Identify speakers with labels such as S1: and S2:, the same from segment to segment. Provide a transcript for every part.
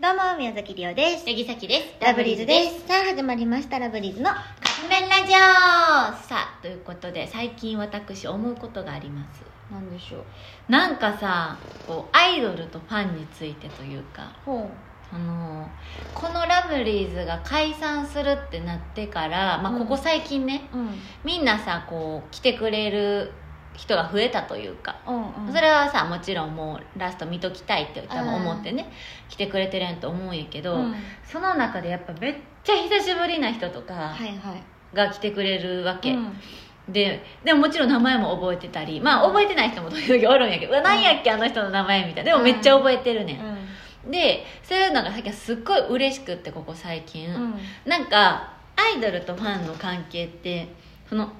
S1: どうも、宮崎りおです。
S2: 杉崎です
S1: ラブリーズです。さあ、始まりました、ラブリーズの。は
S2: カップ麺ラジオさあということで最近私思うことがあります
S1: い。なんでしょう。
S2: なんかさこうアイドルとファンについてというか
S1: ほ
S2: そのこのラブリーズが解散するってなってから、ま
S1: う
S2: あ、
S1: ん
S2: ここ最近ね、
S1: う。うん。
S2: みんなさこう来てくれる人が増えたというか
S1: うん、うん。
S2: それはさもちろんもうラスト見ときたいって多分思ってね来てくれてるんやと思うんやけど、
S1: うん、は
S2: その中でやっぱめっちゃ久しぶりな人とか
S1: いはい。
S2: が来てくれるわけ、
S1: うん
S2: ででももちろん名前も覚えてたりまあ覚えてない人も時々おるんやけど、うわ何やっけあの人の名前みたいなでもめっちゃ覚えてるねん、でそういうのが最近すっごい嬉しくってここ最近、
S1: うん。うん。
S2: なんかアイドルとファンの関係ってそのフ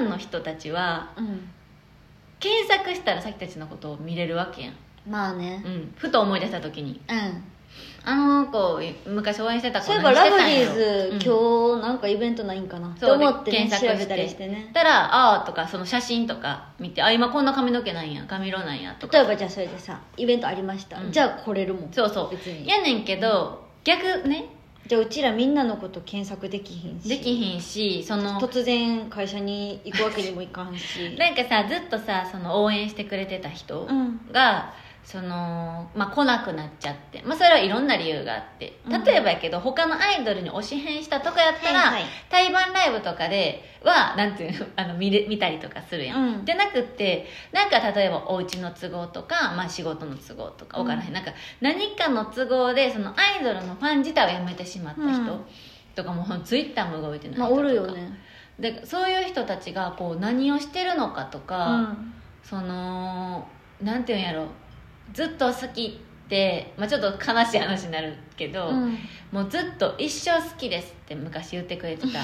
S2: ァンの人たちは
S1: うん。
S2: 検索したらさっきたちのことを見れるわけやん、
S1: まあね
S2: う。ん、ふと思い出した時に
S1: うん。
S2: あの子昔応援してた子
S1: そういえば、ラブリー
S2: う
S1: ズ
S2: ん、
S1: 今日、なんかイベントないんかな。って
S2: そう
S1: 思ってね、
S2: 検
S1: 調
S2: 索
S1: べたり
S2: し
S1: しててね。
S2: たらああとかその写真とか見てあ今こんな髪の毛なんや髪色なんやと
S1: 例え
S2: か
S1: ば、じゃあ、それでさ、イベントありました。
S2: うん
S1: じゃあ、来れるもん。
S2: そうそう
S1: 別に。
S2: やねんけど逆ね
S1: じゃあ、うちらみんなのこと検索できひんし。
S2: できひんしその
S1: 突然、会社に行くわけにもいかんし。
S2: なんかさずっとさその応援してくれてた人
S1: うん。
S2: が、そのまあ、来なくなっちゃって、まあ、それはいろんな理由があって例えばやけど、他のアイドルに推し変したとかやったら、
S1: はいはい
S2: 対バンライブとかではなんていうのあの見れ見たりとかするやん、
S1: うん
S2: でなくってなんか例えばお家の都合とか、まあ、仕事の都合とか
S1: うん
S2: 分からへん,、なんか何かの都合でそのアイドルのファン自体をやめてしまった人、
S1: うん
S2: とかもうツイッターも動いてない人
S1: まあ、
S2: とか、
S1: おるよね。
S2: でそういう人たちがこう何をしてるのかとか、そのなんていうんやろずっと好きって、まあ、ちょっと悲しい話になるけど、
S1: うん。
S2: もうずっと一生好きですって昔言ってくれてた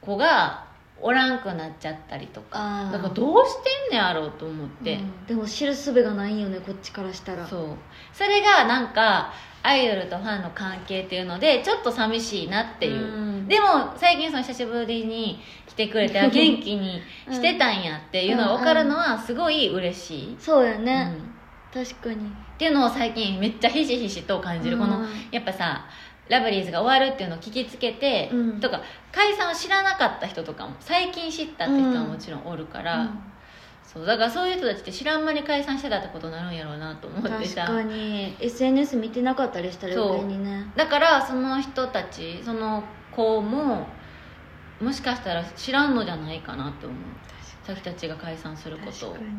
S2: 子がおらんくなっちゃったりとか
S1: あ
S2: だ
S1: ー
S2: からどうしてんねやろうと思って、
S1: うんでも知るすべがないよねこっちからしたら
S2: そうそれがなんかアイドルとファンの関係っていうのでちょっと寂しいなっていう、
S1: うん
S2: でも最近その久しぶりに来てくれてあ元気にしてたんやっていうのが分かるのはすごい嬉しい、
S1: そうや
S2: う
S1: ね、
S2: ん
S1: 確かに
S2: っていうのを最近めっちゃひしひしと感じる、
S1: うん
S2: このやっぱさラブリーズが終わるっていうのを聞きつけて、
S1: うん
S2: とか解散を知らなかった人とかも最近知ったって人はもちろんおるから、そうだからそういう人たちって知らん間に解散してたってことになるんやろうなと思
S1: うん
S2: って
S1: 確
S2: さ
S1: かに SNS 見てなかったりしたら
S2: そう
S1: 余計にね
S2: だからその人たちその子ももしかしたら知らんのじゃないかなって思うさっきたちが解散すること
S1: 確
S2: を
S1: かに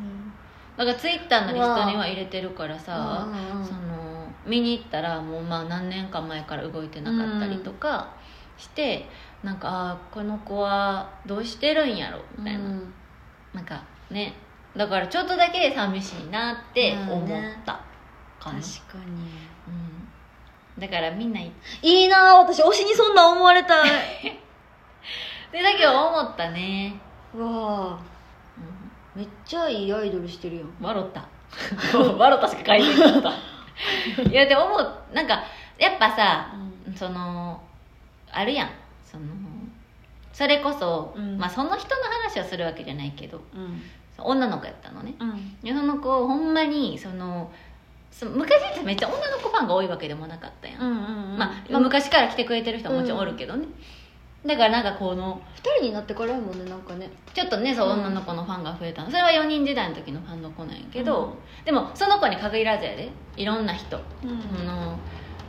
S2: だからツイッターのリストには入れてるからさ、
S1: うんうんうん
S2: その見に行ったらもうまあ何年か前から動いてなかったりとかして、なんかあーこの子はどうしてるんやろみたいな、
S1: うん
S2: なんかねだからちょっとだけ寂しいなって思っ
S1: まあね
S2: たかな、
S1: 確かに
S2: うん、だからみんない
S1: いなあ私推しにそんな思われた い
S2: でだけど思ったね、
S1: わあ
S2: う
S1: めっちゃいいアイドルしてるよ
S2: ん、笑った 笑ったしか書いてなかったいやで思うなんかやっぱさそのあるやんそのそれこそ、
S1: うん
S2: まあ、その人の話をするわけじゃないけど
S1: うん
S2: 女の子やったのね
S1: うん
S2: でその子ほんまにそのそ昔ってめっちゃ女の子ファンが多いわけでもなかったやん、
S1: うんうんうん
S2: まあ、昔から来てくれてる人ももちろんおるけどね、だからなんかこの
S1: 二人になってからやもんねなんかね
S2: ちょっとねそう
S1: うん
S2: 女の子のファンが増えたのそれは4人時代の時のファンの子なんやけど、でもその子に限らずやでいろんな人
S1: うんうん
S2: あの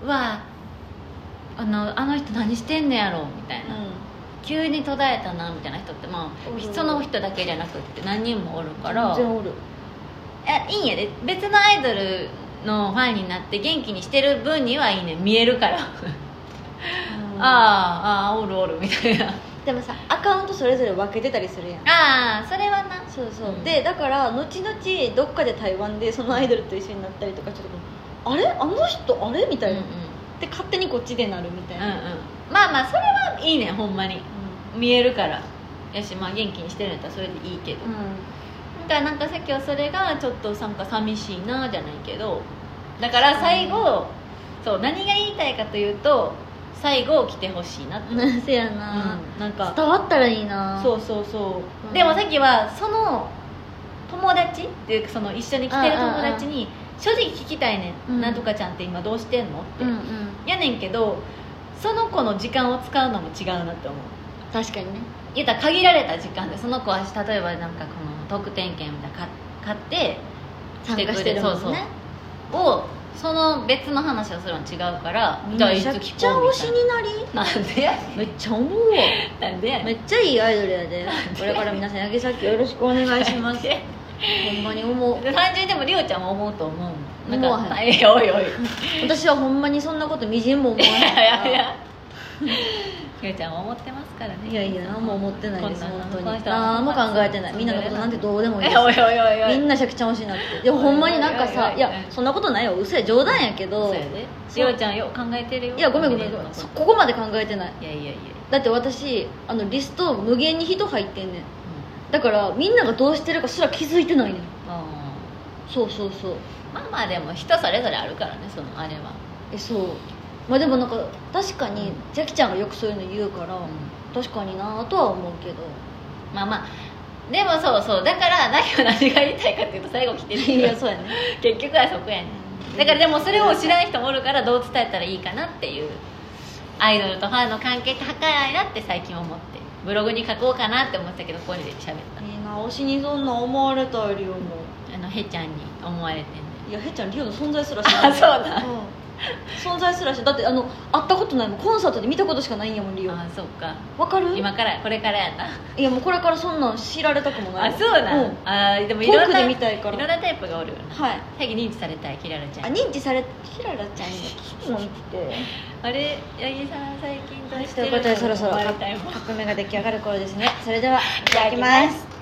S2: うわあのあの人何してんねやろみたいな、急に途絶えたなみたいな人ってま
S1: お
S2: あ
S1: る
S2: その人だけじゃなくって何人もおるから
S1: 全然おる
S2: えいいんやで別のアイドルのファンになって元気にしてる分にはいいね見えるから
S1: うん
S2: ああああおるおるみたいな
S1: でもさアカウントそれぞれ分けてたりするやん
S2: ああそれはな
S1: そうそう、
S2: うん
S1: でだから後々どっかで台湾でそのアイドルと一緒になったりとかちょっとあれあの人あれみたいな、
S2: うんうん
S1: で勝手にこっちでなるみたい
S2: うんう
S1: な、
S2: んまあまあそれはいいねほんまに見えるからやしまあ元気にしてるんやったらそれでいいけど、
S1: うん
S2: だからなんかさっきはそれがちょっとなんか寂しいなじゃないけどだから最後そう何が言いたいかというと最後来てほしいなって、うん、
S1: うん、せやな、
S2: なんか
S1: 伝わったらいいな
S2: そううそうそううんでもさっきはその友達っていうかその一緒に来てる友達に正直聞きたいねん、
S1: うん
S2: なんとかちゃんって今どうしてんのって、
S1: うんうん
S2: やねんけどその子の時間を使うのも違うなって思う
S1: 確かにね
S2: 言ったら限られた時間でその子は例えばなんかこの特典券みたいなの買買って
S1: 参加してるもんね
S2: そうそうをその別の話をするの違うから
S1: みん
S2: じゃあ
S1: ない
S2: つ
S1: め
S2: 聞
S1: っ
S2: こうみ
S1: ちゃ
S2: たい
S1: 推しになり
S2: ななんでやね
S1: めっちゃ思うわ
S2: んなんでや
S1: め
S2: ねん
S1: っちゃいいアイドルや でこれから皆さん八木咲よろしくお願いしますほんまに思う
S2: 30でもりょうちゃんも思うと思うもん
S1: 思
S2: な
S1: わへ
S2: ん
S1: ん
S2: かいやお いおい
S1: 私はほんまにそんなことみじんも思わ
S2: い
S1: ない
S2: やいやい やりょうちゃんも思ってますからね
S1: いやいや何も思ってないです
S2: こん
S1: 本当に
S2: この人は
S1: 何も考えてないみんなのことなんてどうでもいいで
S2: やおい
S1: す
S2: おいおいおい
S1: みんなシャキちゃん推しになってでもほんまになんかさ
S2: おいおいおいおい
S1: いやそんなことないよ嘘や冗談やけ
S2: そう
S1: ど
S2: やでりょうちゃんよう考えてるよ
S1: いやごめんごめんごめんそここまで考えてない
S2: いやいやいや、うん
S1: だって私あのリスト無限に人入ってんねんだからみんながどうしてるかすら気づいてないねん
S2: あ
S1: そうそうそう
S2: ーまあまあでも人それぞれあるからねそのあれは、
S1: えそうまあでもなんか確かにジャキちゃんがよくそういうの言うから、確かになとは思うけど
S2: まあまあでもそうそうだから何を何が言いたいかっていうと最後来てる
S1: いやそうやね
S2: 結局はそこやねだからでもそれを知らない人もおるからどう伝えたらいいかなっていうアイドルとファンの関係って儚いなって最近思ってブログに書こうかなって思ってたけどここで喋っ
S1: いいな推しにそんな思われたよりも
S2: たあのへちゃんに思われてんね
S1: いやへっちゃんリオの存在すら知ら
S2: あ
S1: ない
S2: そうなん
S1: うん存在すらしだってあの会ったことないもんコンサートで見たことしかないんやもんリオ
S2: あそうか
S1: わかる
S2: 今からこれからやない
S1: やもうこれからそんなん知られたくもない
S2: あそうなん、
S1: ん
S2: あーでもい
S1: 遠
S2: ろん
S1: く
S2: な
S1: で
S2: い
S1: 見たいか
S2: ろん
S1: ら
S2: なタイプがおるよな
S1: はい
S2: 最近認知されたいキララち
S1: あ
S2: ゃん
S1: 認知されひららちゃんに聞くもんって
S2: あれ八木さん最近どうして
S1: とい
S2: る
S1: うことでそろそろ
S2: 思われたいもん
S1: 革命が出来上がる頃ですねそれではいただきます